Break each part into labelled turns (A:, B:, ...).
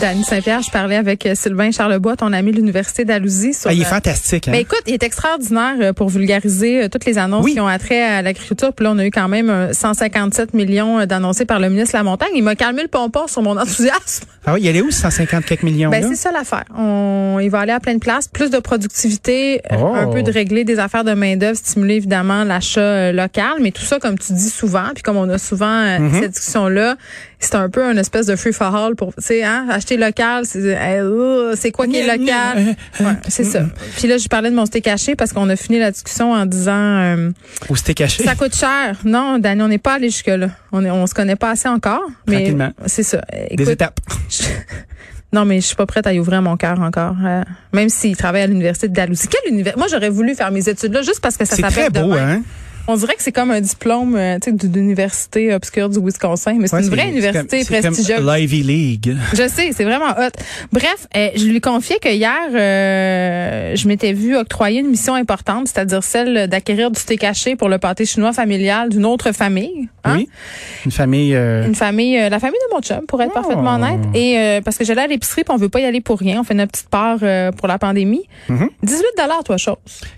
A: Dany Saint-Pierre, je parlais avec euh, Sylvain Charlebois, ton ami de l'Université d'Alousie. Sur,
B: Ah, il est
A: euh,
B: fantastique. hein?
A: ben écoute, il est extraordinaire euh, pour vulgariser euh, toutes les annonces
B: Oui.
A: qui ont attrait à l'agriculture. Puis là, on a eu quand même euh, 157 millions euh, d'annoncés par le ministre La Montagne. Il m'a calmé le pompon sur mon enthousiasme.
B: ah oui, il allait où, 150 quelques millions?
A: Ben,
B: là?
A: c'est ça l'affaire. On, il va aller à pleine place. Plus de productivité, euh,
B: Oh.
A: un peu de régler des affaires de main-d'œuvre, stimuler évidemment l'achat euh, local. Mais tout ça, comme tu dis souvent, puis comme on a souvent euh,
B: Mm-hmm.
A: cette discussion-là, c'est un peu une espèce de free for all pour, tu sais, hein, acheter local, c'est euh, euh, c'est quoi qui est
B: Nya, Euh,
A: local?
B: nya,
A: Ouais, c'est ça. Puis là, je parlais de mon steak caché parce qu'on a fini la discussion en disant euh,
B: Où c'était caché?
A: ça coûte cher. Non, Dani, on n'est pas allé jusque-là. On, est- on se connaît pas assez encore. Mais
B: Tranquillement.
A: c'est ça.
B: Des
A: Écoute,
B: étapes.
A: je- Non, mais je suis pas prête à y ouvrir mon cœur encore. euh, même s'il travaille à l'université de Dalhousie. Quelle univers- Moi, j'aurais voulu faire mes études là juste parce que ça
B: C'est
A: s'appelle
B: très beau,
A: de même.
B: hein?
A: On dirait que c'est comme un diplôme euh, tu sais, d- d'université obscure du Wisconsin, mais c'est
B: Ouais,
A: une vraie université
B: c'est comme- c'est comme
A: prestigieuse.
B: L'Ivy League.
A: Je sais, c'est vraiment hot. Bref, euh, je lui confiais que hier, euh, je m'étais vue octroyer une mission importante, c'est-à-dire celle d'acquérir du thé caché pour le pâté chinois familial d'une autre famille. hein?
B: Oui. Une famille. euh,
A: Une famille, euh, la famille de mon chum, pour être
B: Oh.
A: parfaitement honnête. Et euh, parce que j'allais à l'épicerie, puis on veut pas y aller pour rien. On fait notre petite part euh, pour la pandémie. 18 dollars, toi, chose.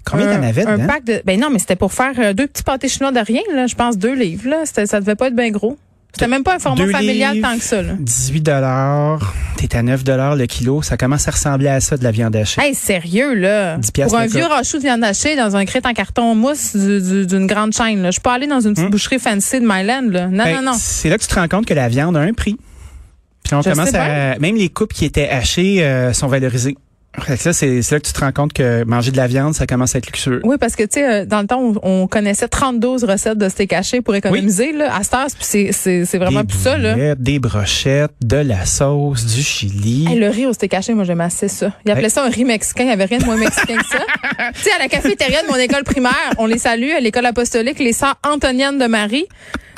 B: Combien
A: Un-
B: Mm-hmm. Ah t'en avais
A: Un
B: dedans?
A: pack de. Ben non, mais c'était pour faire euh, deux petits pâtés chinois de rien, là. Je pense deux livres, là. C'était, ça devait pas être bien gros. C'était même pas un format
B: Deux
A: familial
B: livres.
A: tant que ça, là.
B: 18 dollars, t'es à 9 dollars le kilo, ça commence à ressembler à ça de la viande hachée.
A: Hey, sérieux, là.
B: 10
A: Pour
B: piastres
A: un
B: le
A: vieux
B: cas.
A: rachou de viande hachée dans un crête en carton mousse du- du- d'une grande chaîne, là. Je suis pas allée dans une
B: Mm.
A: petite boucherie fancy de Myland, là. Non,
B: Ben,
A: non, non.
B: C'est là que tu te rends compte que la viande a un prix. Puis on
A: Je
B: commence
A: sais
B: à même les coupes qui étaient hachées euh, sont valorisées. Fait que là, c'est c'est là que tu te rends compte que manger de la viande, ça commence à être luxueux.
A: Oui, parce que, tu sais, euh, dans le temps, on, on connaissait 32 recettes de steak haché pour économiser, là. À cette heure, c'est- c'est c'est vraiment
B: des
A: plus ça, là.
B: boulettes, Des brochettes, de la sauce, du chili.
A: Hey, le riz au steak haché, moi, j'aimais assez ça. Ils appelaient
B: Hey.
A: ça un riz mexicain. Il n'y avait rien de moins mexicain que ça. tu sais, à la cafétéria de mon école primaire, on les salue, à l'école apostolique, les sœurs Antoniennes de Marie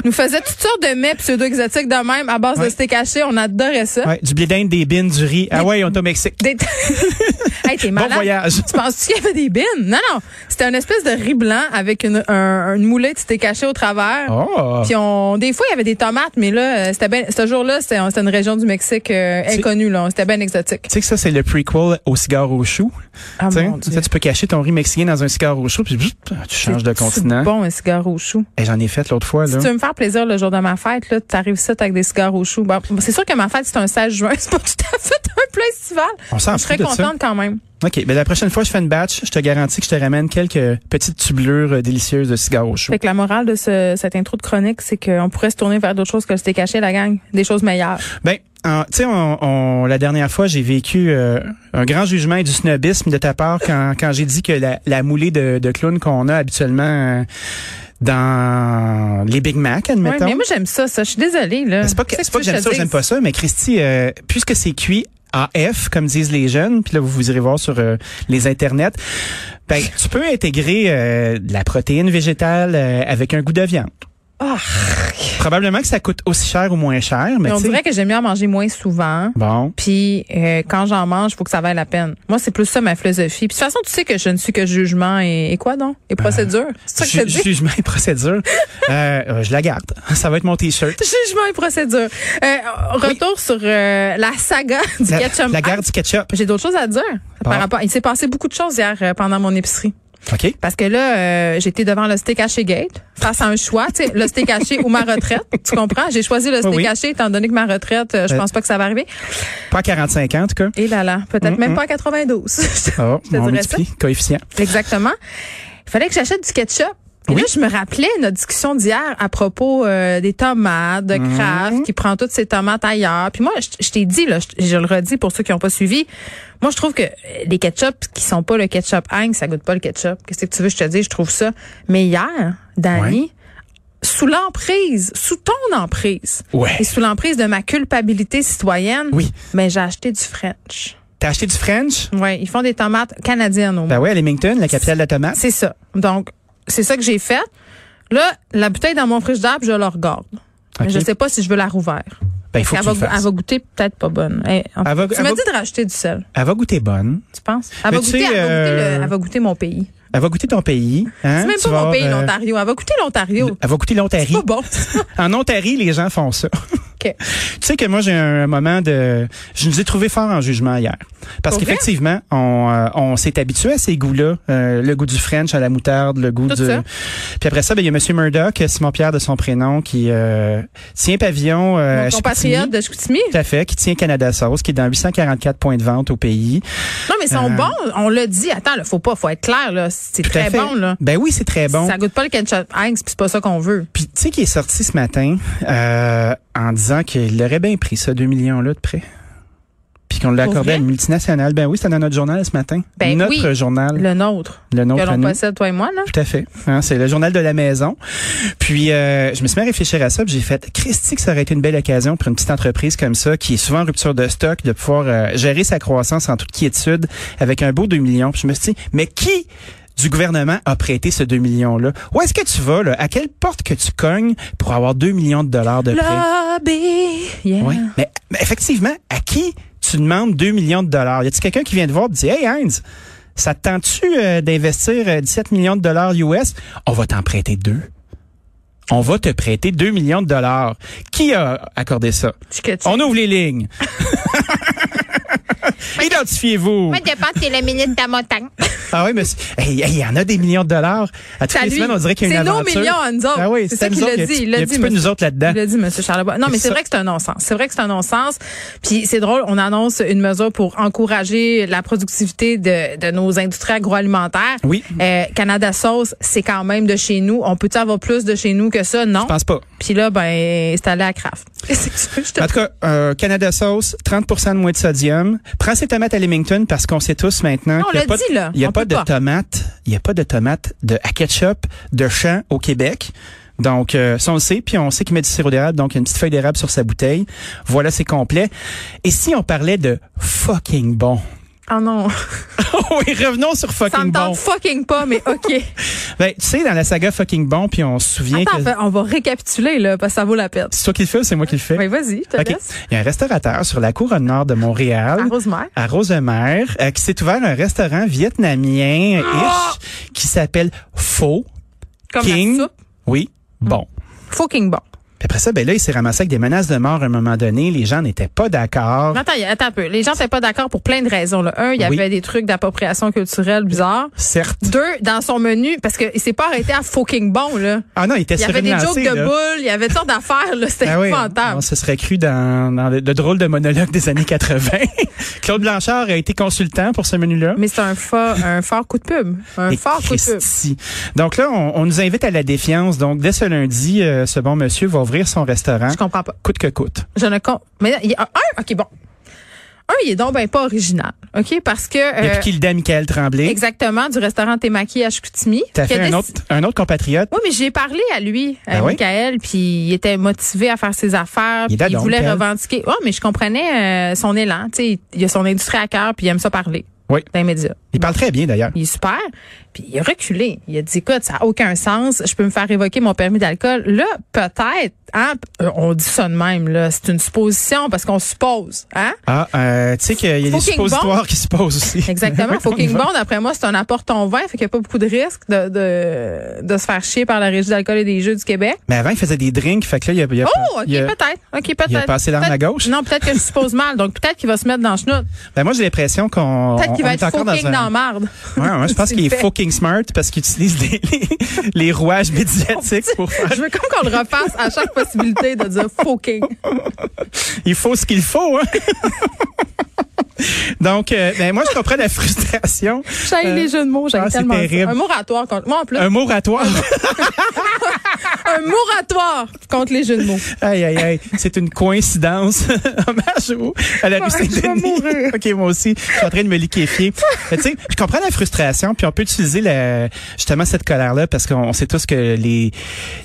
A: nous faisaient toutes sortes de mets pseudo-exotiques de même à base de
B: Ouais.
A: steak haché. On adorait ça.
B: Ouais, du blé d'Inde, des bines, du riz. Ah ouais, on est au Mexique.
A: Des- hey, t'es malade.
B: Bon voyage.
A: Tu penses-tu qu'il y avait des bines? Non, non. C'était une espèce de riz blanc avec une, un, une moulette steak haché au travers.
B: Oh!
A: Puis on, des fois, il y avait des tomates, mais là, euh, c'était ben, ce jour-là, c'était c'était une région du Mexique euh,
B: C'est-
A: inconnue, là. C'était bien exotique.
B: Tu sais que ça, c'est le prequel au cigare au chou.
A: Ah,
B: Tu sais,
A: mon Dieu.
B: ça, tu peux cacher ton riz mexicain dans un cigare au chou, puis bzz, tu changes de
A: C'est
B: continent.
A: bon, un cigare au chou.
B: Et j'en ai fait l'autre fois,
A: Si
B: là.
A: tu veux me faire plaisir le jour de ma fête, là, t'arrives ça avec des cigares au chou. Bon, c'est sûr que ma fête, c'est un 16 juin. C'est pas tout à fait un plat estival.
B: On s'en
A: Je
B: fout
A: serais
B: Ah, de ça.
A: contente quand même.
B: OK, ben la prochaine fois je fais une batch, je te garantis que je te ramène quelques petites tublures euh, délicieuses de cigare au chou.
A: Fait que la morale de ce, cette intro de chronique, c'est qu'on pourrait se tourner vers d'autres choses que le steak caché, la gang. Des choses meilleures.
B: Ben, en- tu sais, on, on- la dernière fois, j'ai vécu euh, un grand jugement et du snobisme de ta part quand, quand j'ai dit que la, la moulée de, de clown qu'on a habituellement euh, dans les Big Mac,
A: Ouais,
B: admettons.
A: mais moi, j'aime ça, ça. Je suis désolée, là.
B: C'est pas que,
A: Qu'est-ce
B: c'est pas
A: tu
B: que
A: veux
B: j'aime
A: je
B: ça ou
A: te
B: j'aime
A: dise?
B: pas ça, mais Christy, euh, puisque c'est cuit à F, comme disent les jeunes, puis là, vous, vous irez voir sur euh, les internets, ben, tu peux intégrer euh, de la protéine végétale euh, avec un goût de viande.
A: Ah.
B: Probablement que ça coûte aussi cher ou moins cher, mais
A: Mais on
B: tu sais,
A: dirait que j'aime mieux en manger moins souvent.
B: bon,
A: Puis euh, quand j'en mange, faut que ça vaille la peine. Moi, c'est plus ça ma philosophie. Puis de toute façon, tu sais que je ne suis que jugement et, et quoi donc Et procédure. c'est ça que je te
B: Ben, ju-
A: dis.
B: jugement et procédure, euh, euh, je la garde. Ça va être mon T-shirt.
A: Jugement et procédure. Euh, retour sur euh, la saga du
B: La,
A: ketchup.
B: la garde du ketchup.
A: Ah, J'ai d'autres choses à dire par
B: Bon.
A: rapport. Il s'est passé beaucoup de choses hier euh, pendant mon épicerie.
B: OK?
A: Parce que là, euh, j'étais devant le steak haché gate, face à un choix, tu sais, le steak haché ou ma retraite. Tu comprends? J'ai choisi le steak
B: oui.
A: haché étant donné que ma retraite, euh, je
B: Euh.
A: pense pas que ça va arriver.
B: Pas à 45 ans, en tout cas.
A: Et là là, peut-être
B: Mm,
A: même
B: mm.
A: pas à 92.
B: Oh,
A: te
B: on
A: dirais
B: multiplie. Coefficient.
A: Exactement. Il fallait que j'achète du ketchup. Et
B: Oui.
A: là, je me rappelais notre discussion d'hier à propos euh, des tomates, de
B: Mhm.
A: Kraft, qui prend toutes ses tomates ailleurs. Puis moi, je, je t'ai dit, là, je, je le redis pour ceux qui n'ont pas suivi, moi, je trouve que euh, les ketchup qui sont pas le ketchup Heinz, ça goûte pas le ketchup. Qu'est-ce que tu veux, je te dis, je trouve ça. Mais hier, Dani, sous l'emprise, sous ton emprise,
B: Ouais.
A: et sous l'emprise de ma culpabilité citoyenne,
B: Oui.
A: ben, j'ai acheté du French.
B: T'as acheté du French?
A: Ouais, ils font des tomates canadiennes au moins.
B: Ben ouais, à Leamington, la capitale de la tomate.
A: C'est ça. Donc, c'est ça que j'ai fait. Là, la bouteille dans mon frigidaire, puis je la regarde. Mais
B: OK.
A: Je sais pas si je veux la rouvrir.
B: Ben, il faut que
A: elle,
B: tu
A: va,
B: le fasses.
A: elle va goûter peut-être pas bonne. Hey, en-
B: Elle va-
A: tu
B: elle
A: m'as
B: va-
A: dit de racheter du sel,
B: Elle va goûter bonne.
A: tu penses? Elle va,
B: Mais tu
A: goûter,
B: sais,
A: elle va goûter le-
B: euh,
A: elle va goûter mon pays.
B: Elle va goûter ton pays. hein,
A: C'est même
B: tu
A: pas
B: vas
A: mon
B: avoir,
A: pays,
B: euh,
A: l'Ontario. Elle va coûter l'Ontario.
B: Elle va goûter
A: C'est
B: l'Ontario.
A: pas bon.
B: En Ontario, les gens font ça.
A: OK.
B: Tu sais que moi, j'ai un moment de... Je nous ai trouvé fort en jugement hier. Parce
A: Pour vrai?
B: qu'effectivement, on, euh, on s'est habitué à ces goûts-là. euh, le goût du French à la moutarde, le goût
A: Tout
B: du...
A: ça.
B: Puis après ça, ben, il y a Monsieur Murdoch, Simon-Pierre de son prénom, qui euh, tient pavillon euh, à
A: Mon compatriote
B: Chicoutimi.
A: de Chicoutimi.
B: Tout à fait, qui tient Canada Sauce, qui est dans 844 points de vente au pays.
A: Non, mais ils sont
B: Euh,
A: bons. On l'a dit. Attends, là, faut pas, faut être clair, là. C'est
B: Tout à
A: très
B: fait.
A: bon, là.
B: Ben oui, c'est très bon.
A: Ça goûte pas le ketchup Heinz, puis c'est pas ça qu'on veut.
B: Puis tu sais qui est sorti ce matin euh, en disant qu'il aurait bien pris ça, 2 millions-là de près. Puis qu'on l'a
A: Pour
B: accordé à
A: vrai?
B: une multinationale. Ben oui, c'était dans notre journal ce matin.
A: Ben
B: notre
A: oui.
B: journal, le,
A: Le nôtre.
B: nôtre
A: que
B: à
A: l'on
B: nous.
A: possède, toi et moi, là.
B: Tout à fait. Hein, c'est le journal de la maison. Puis, euh, je me suis mis à réfléchir à ça, puis j'ai fait, Christy, que ça aurait été une belle occasion pour une petite entreprise comme ça, qui est souvent en rupture de stock, de pouvoir euh, gérer sa croissance en toute quiétude avec un beau 2 millions. Puis je me suis dit, mais qui du gouvernement a prêté ce 2 millions-là? Où est-ce que tu vas, là? À quelle porte que tu cognes pour avoir 2 millions de dollars de prêt?
A: Lobby. Yeah.
B: Oui. Mais, mais effectivement, à qui tu demandes 2 millions de dollars? Y a-t-il quelqu'un qui vient te voir et te dit, Hey Heinz, ça te tente-tu euh, d'investir euh, 17 millions de dollars US? On va t'en prêter deux. On va te prêter 2 millions de dollars. Qui a accordé ça?
A: Chicoutimi.
B: On ouvre les lignes. Identifiez-vous.
A: Moi, dépend c'est le ministre de la montagne.
B: Ah oui, monsieur. Hey, hey, Il y en a des millions de dollars. À toutes
A: C'est à
B: les
A: lui.
B: semaines, on dirait qu'il y a
A: C'est
B: une
A: nos
B: aventure.
A: millions à nous autres.
B: Ah oui,
A: c'est
B: c'est à
A: ça
B: nous
A: qu'il
B: autres.
A: a
B: Il y a
A: dit.
B: un petit- il y a un petit peu nous autres là-dedans.
A: Il l'a dit, M. Charlebois. Non, mais
B: C'est
A: c'est
B: ça.
A: vrai que c'est un non-sens. C'est vrai que c'est un non-sens. Puis c'est drôle, on annonce une mesure pour encourager la productivité de, de nos industries agroalimentaires.
B: Oui.
A: Euh, Canada Sauce, c'est quand même de chez nous. On peut-tu avoir plus de chez nous que ça? Non.
B: Je pense pas.
A: Puis là, ben, c'est allé à Kraft. C'est que tu veux, je te-
B: En tout cas, euh, Canada Sauce, 30 de moins de sodium. Prends ces tomates à Lemington parce qu'on sait tous maintenant
A: Non, on
B: qu'il n'y
A: l'a
B: a pas,
A: dit, là.
B: il y a
A: On
B: pas
A: peut
B: de
A: pas.
B: tomates, il y a pas de tomates de à ketchup de champ au Québec. Donc, euh, ça on le sait, puis on sait qu'il met du sirop d'érable, donc il y a une petite feuille d'érable sur sa bouteille. Voilà, c'est complet. Et si on parlait de fucking bon?
A: Oh non.
B: oui, revenons sur
A: Ça
B: fucking
A: me
B: bon.
A: tente fucking pas, mais OK.
B: Ben, tu sais, dans la saga fucking bon, puis on se souvient
A: Attends,
B: que...
A: fait- on va récapituler, là, parce que ça vaut la peine.
B: C'est toi qui le fais ou c'est moi qui le fais?
A: Mais vas-y, je te
B: OK.
A: laisse.
B: Il y a un restaurateur sur la couronne nord de Montréal.
A: À Rosemère.
B: à Rosemère, euh, qui s'est ouvert un restaurant vietnamien
A: Ah!
B: ish, qui s'appelle Pho
A: Comme
B: King.
A: la soupe.
B: Oui,
A: Hmm.
B: bon.
A: Fucking bon.
B: Puis après ça, ben là, il s'est ramassé avec des menaces de mort à un moment donné. Les gens n'étaient pas d'accord.
A: Mais Attends, y a- attends un peu. Les gens n'étaient pas d'accord pour plein de raisons. Là. Un, il y avait
B: Oui.
A: des trucs d'appropriation culturelle bizarres.
B: Certes.
A: Deux, dans son menu, parce qu'il s'est pas arrêté à fucking bon. Là.
B: Ah non, il était
A: Il y
B: sur
A: avait
B: une
A: des
B: lancée,
A: jokes de
B: là.
A: boules, il y avait toutes sortes d'affaires. là. C'était
B: Ah oui,
A: épouvantable.
B: on se serait cru dans, dans le, le drôle de monologue des années 80. Claude Blanchard a été consultant pour ce menu-là.
A: Mais c'est un, fort- un fort coup de pub. Mm, Un
B: Et
A: fort coup de pub.
B: Christi. Donc là, on, on nous invite à la défiance. Donc, dès ce lundi, euh, ce bon monsieur va ouvrir son restaurant,
A: Je comprends pas.
B: coûte que coûte.
A: Je ne comprends. Mais il y a un, OK, bon. Un, il est donc ben pas original. OK? Parce que. euh,
B: Depuis qu'il dit à Michael Tremblay.
A: Exactement, du restaurant Temaki à Chicoutimi.
B: T'as
A: qui a
B: fait un
A: déc-
B: autre, un autre compatriote.
A: Oui, mais j'ai parlé à lui, à
B: Ben oui.
A: Michael, puis il était motivé à faire ses affaires,
B: Il est
A: puis il
B: dedans,
A: voulait
B: Michael.
A: revendiquer. Oh, mais je comprenais euh, son élan, tu sais, il a son industrie à cœur, puis il aime ça parler
B: Oui.
A: dans les médias.
B: Il parle très bien d'ailleurs.
A: Il est super, puis il a reculé. Il a dit écoute, ça a aucun sens, je peux me faire évoquer mon permis d'alcool. Là, peut-être, hein, euh, on dit ça de même là, c'est une supposition parce qu'on suppose, hein
B: Ah, euh, tu sais qu'il y a des
A: Fucking
B: suppositoires qui se posent aussi.
A: Exactement. Faut
B: qu'il
A: King Bond, après moi, c'est un apport ton vin, fait qu'il n'y a pas beaucoup de risques de, de, de se faire chier par la Régie d'alcool et des Jeux du Québec.
B: Mais avant, il faisait des drinks. Fait que là, il a, il a-
A: Oh, OK,
B: il a-
A: peut-être. OK, peut-être.
B: il a passé l'arme à
A: Peut-être-
B: gauche.
A: Non, peut-être que je suppose mal. Donc, peut-être qu'il va se mettre dans le chenoute.
B: Ben, moi, j'ai l'impression qu'on
A: Peut-être
B: on-
A: qu'il
B: on
A: va
B: est
A: être
B: encore
A: fucking
B: dans
A: dans,
B: un.
A: marde.
B: Ouais, ouais, je pense
A: C'est
B: qu'il est
A: fait.
B: fucking smart parce qu'il utilise les, les, les rouages médiatiques pour faire.
A: Je veux comme qu'on le refasse à chaque possibilité de dire fucking.
B: Il faut ce qu'il faut. Hein? Donc, euh, ben, moi, je comprends la frustration.
A: J'aille les jeux de mots, j'aille
B: ah, c'est
A: tellement ça.
B: terrible.
A: Un moratoire contre. Moi, en plus,
B: Un moratoire.
A: un moratoire contre les jeux de mots.
B: Aïe, aïe, aïe. C'est une coïncidence. Hommage au- à la
A: Ah,
B: rue
A: je vais
B: Saint-Denis.
A: mourir.
B: OK, moi aussi. Je suis en train de me liquéfier. Mais tu sais, je comprends la frustration, puis on peut utiliser la, justement cette colère-là, parce qu'on on sait tous que les,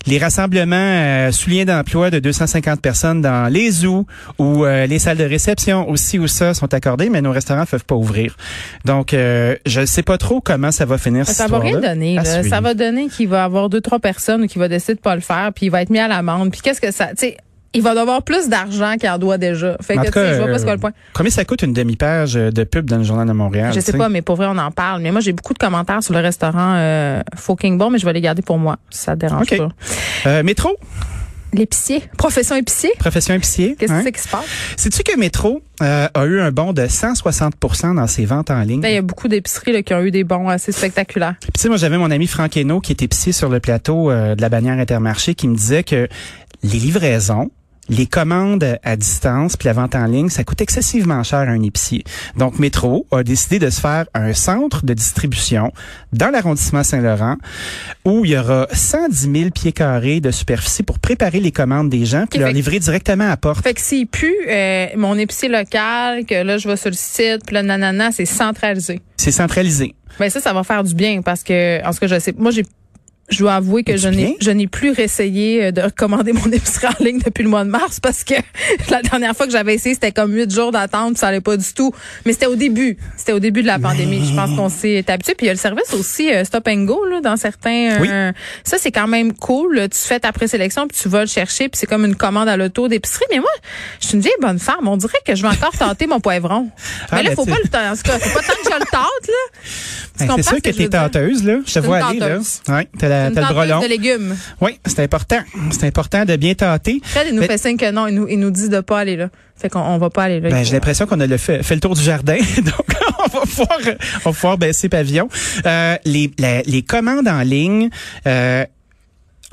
B: les rassemblements euh, sous lien d'emploi de 250 personnes dans les zoos ou euh, les salles de réception aussi ou ça sont accordés, mais nos restaurants ne peuvent pas ouvrir. Donc, euh, je ne sais pas trop comment ça va finir cette
A: Ça va rien
B: histoire-là.
A: donner.
B: À
A: Là.
B: suivre.
A: Ça va donner qu'il va avoir deux, trois personnes ou qu'il va décider de pas le faire, puis il va être mis à l'amende. Puis qu'est-ce que ça. Tu sais, il va devoir plus d'argent qu'il en doit déjà. Fait
B: En
A: que,
B: tout
A: tu sais,
B: cas,
A: je vois pas ce
B: euh,
A: qu'est le point.
B: Combien ça coûte une demi-page euh, de pub dans le Journal de Montréal?
A: Je sais
B: Ah, tu
A: pas, mais pour vrai, on en parle. Mais moi, j'ai beaucoup de commentaires sur le restaurant euh, Fucking Bon, mais je vais les garder pour moi, si ça te dérange
B: OK.
A: pas.
B: Euh, métro,
A: L'épicier. Profession épicier.
B: profession épicier.
A: Qu'est-ce que
B: hein?
A: c'est qui se passe?
B: Sais-tu que Métro euh, a eu un bond de 160 dans ses ventes en ligne?
A: Ben, Il y a beaucoup d'épiceries là, qui ont eu des bons assez spectaculaires.
B: Puis tu sais, moi j'avais mon ami Franck Hainaut qui était psy sur le plateau euh, de la bannière Intermarché qui me disait que les livraisons les commandes à distance puis la vente en ligne, ça coûte excessivement cher à un épicier. Donc, Métro a décidé de se faire un centre de distribution dans l'arrondissement Saint-Laurent où il y aura 110 000 pieds carrés de superficie pour préparer les commandes des gens puis
A: Ok,
B: leur
A: fait-
B: livrer directement à la porte.
A: Fait que s'il pue, euh, mon épicier local, que là, je vais sur le site, puis là, nanana, c'est centralisé.
B: C'est centralisé.
A: Ben ça, ça va faire du bien parce que, en ce que je sais, moi, j'ai je dois avouer que
B: Du
A: je
B: bien?
A: n'ai, je n'ai plus réessayé euh, de recommander mon épicerie en ligne depuis le mois de mars parce que la dernière fois que j'avais essayé, c'était comme huit jours d'attente, puis ça allait pas du tout. Mais c'était au début. C'était au début de la pandémie. Je pense qu'on s'est habitué. Puis il y a le service aussi euh, stop and go là, dans certains. euh, Ça, c'est quand même cool. Tu fais ta présélection, puis tu vas le chercher, puis c'est comme une commande à l'auto d'épicerie. Mais moi, je suis une vieille bonne femme. On dirait que je vais encore tenter mon poivron.
B: Ah,
A: mais là,
B: ben,
A: faut
B: tu-
A: pas le tenter. En tout cas, faut pas tant que je le tente, là. Tu
B: Ben,
A: comprends
B: c'est
A: ce
B: sûr que
A: je veux
B: t'es
A: dire?
B: tenteuse, là. Je te
A: une
B: vois aller, là.
A: tenteuse.
B: Ouais, t'as la-
A: Une
B: t'as le
A: tenteuse
B: brelon.
A: de légumes.
B: Oui, c'est important. C'est important de bien tenter.
A: Fred, il nous
B: Ben-
A: fait signe que non, il nous, il nous dit de pas aller là. Fait qu'on on va pas aller là.
B: Ben, j'ai l'impression qu'on a le fait, fait le tour du jardin, donc on va pouvoir, on va pouvoir baisser pavillon. Euh, les, la- les commandes en ligne euh,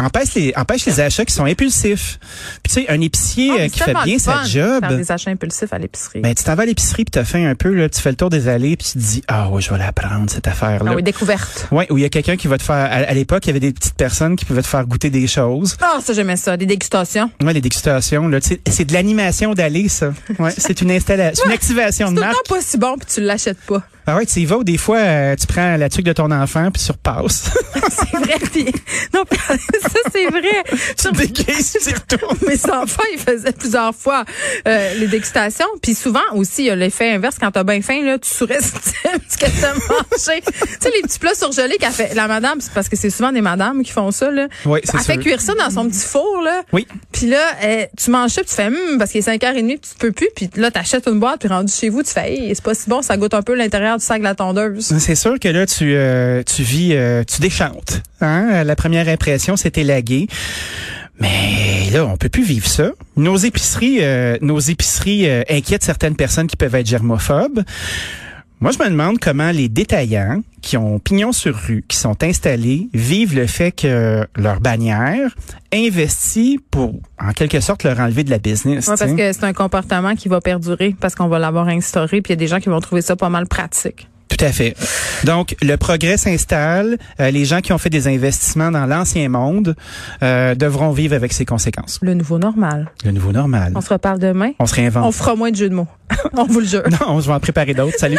B: empêchent, les, empêchent les achats qui sont impulsifs. Puis tu sais, un épicier
A: Ah, mais
B: euh,
A: c'est
B: qui fait
A: tellement
B: bien
A: le
B: sa
A: fun,
B: job,
A: Faire des achats impulsifs à l'épicerie.
B: ben, tu t'en vas à l'épicerie, puis t'as faim un peu, là, tu fais le tour des allées, puis tu te dis, ah ouais, je vais la prendre, cette affaire-là.
A: ah oui, découverte.
B: Ouais, où il y a quelqu'un qui va te faire, à, à l'époque, il y avait des petites personnes qui pouvaient te faire goûter des choses.
A: Ah, ça, j'aimais ça. Des dégustations.
B: Ouais, les dégustations, là, tu sais, c'est de l'animation d'aller, ça. Ouais, c'est une installation, une activation
A: C'est
B: de
A: tout le
B: marque.
A: temps pas si bon puis tu l'achètes pas.
B: Ah ouais, tu y vas ou des fois, euh, tu prends la tuque de ton enfant puis tu repasses.
A: C'est vrai. puis- non, puis- ça, c'est vrai.
B: tu te déguises, tu y retournes.
A: Mes enfants, ils faisaient plusieurs fois euh, les dégustations. Puis souvent aussi, il y a l'effet inverse. Quand t'as bien faim, là, tu surestimes ce que t'as mangé. tu sais, les petits plats surgelés qu'a fait la madame, c'est parce que c'est souvent des madames qui font ça, là.
B: Oui, c'est
A: Elle fait
B: sûr.
A: cuire ça dans son petit four, là.
B: Oui.
A: Puis là, euh, tu manges ça, puis tu fais, Hum, parce qu'il est 5h30, puis tu peux plus. Puis là, t'achètes une boîte, puis rendu chez vous, tu fais, hey, c'est pas si bon, ça goûte un peu l'intérieur du sac de la tondeuse.
B: C'est sûr que là, tu, euh, tu vis, euh, tu déchantes. Hein? La première impression, c'était lagué. Mais là, on peut plus vivre ça. Nos épiceries, euh, nos épiceries euh, inquiètent certaines personnes qui peuvent être germophobes. Moi, je me demande comment les détaillants qui ont pignon sur rue, qui sont installés, vivent le fait que leur bannière investit pour, en quelque sorte, leur enlever de la business.
A: Ouais,
B: tu
A: parce
B: sais.
A: que c'est un comportement qui va perdurer, parce qu'on va l'avoir instauré, puis il y a des gens qui vont trouver ça pas mal pratique.
B: Tout à fait. Donc, le progrès s'installe. Euh, les gens qui ont fait des investissements dans l'ancien monde euh, devront vivre avec ses conséquences.
A: Le nouveau normal.
B: Le nouveau normal.
A: On se reparle demain.
B: On se réinvente.
A: On fera moins de jeux de mots. on vous le jure.
B: Non, on va en préparer d'autres. Salut.